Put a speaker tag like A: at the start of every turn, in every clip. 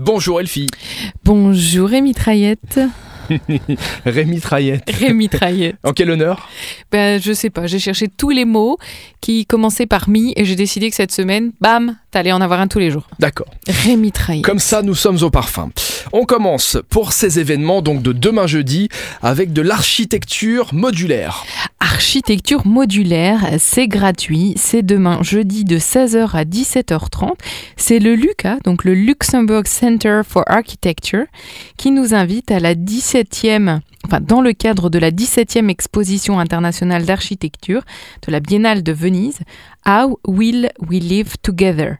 A: Bonjour Elfie.
B: Bonjour Rémi Traillette.
A: Rémi Traillette.
B: Rémi Traillette.
A: En quel honneur
B: Ben, je sais pas, j'ai cherché tous les mots qui commençaient par mi et j'ai décidé que cette semaine, bam, t'allais en avoir un tous les jours.
A: D'accord.
B: Rémi Traillette.
A: Comme ça, nous sommes au parfum. On commence pour ces événements, donc de demain jeudi, avec de l'architecture modulaire.
B: Architecture modulaire, c'est gratuit, c'est demain jeudi de 16h à 17h30. C'est le LUCA, donc le Luxembourg Center for Architecture, qui nous invite à la 17e, enfin dans le cadre de la 17e exposition internationale d'architecture de la Biennale de Venise, How Will We Live Together.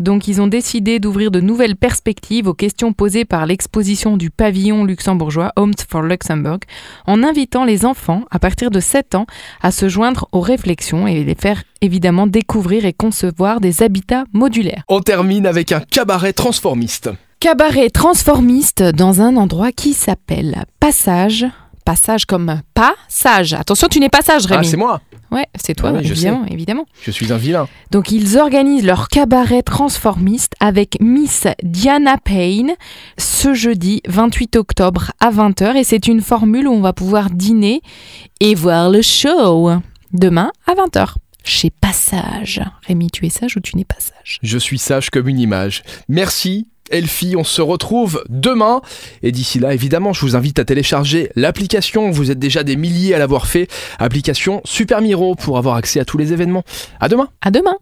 B: Donc ils ont décidé d'ouvrir de nouvelles perspectives aux questions posées par l'exposition du pavillon luxembourgeois Homes for Luxembourg en invitant les enfants à partir de 7 ans à se joindre aux réflexions et les faire évidemment découvrir et concevoir des habitats modulaires.
A: On termine avec un cabaret transformiste.
B: Cabaret transformiste dans un endroit qui s'appelle Passage. Passage comme pas sage. Attention, tu n'es pas sage,
A: Ah,
B: Rémi.
A: c'est moi.
B: ouais, c'est toi,
A: Ah oui, je
B: évidemment, évidemment.
A: Je suis un vilain.
B: Donc ils organisent leur cabaret transformiste avec Miss Diana Payne ce jeudi 28 octobre à 20h et c'est une formule où on va pouvoir dîner et voir le show demain à 20h chez Passage. Rémi, tu es sage ou tu n'es pas sage
A: Je suis sage comme une image. Merci. Elfie, on se retrouve demain. Et d'ici là, évidemment, je vous invite à télécharger l'application. Vous êtes déjà des milliers à l'avoir fait. Application Super Miro pour avoir accès à tous les événements. À demain!
B: À demain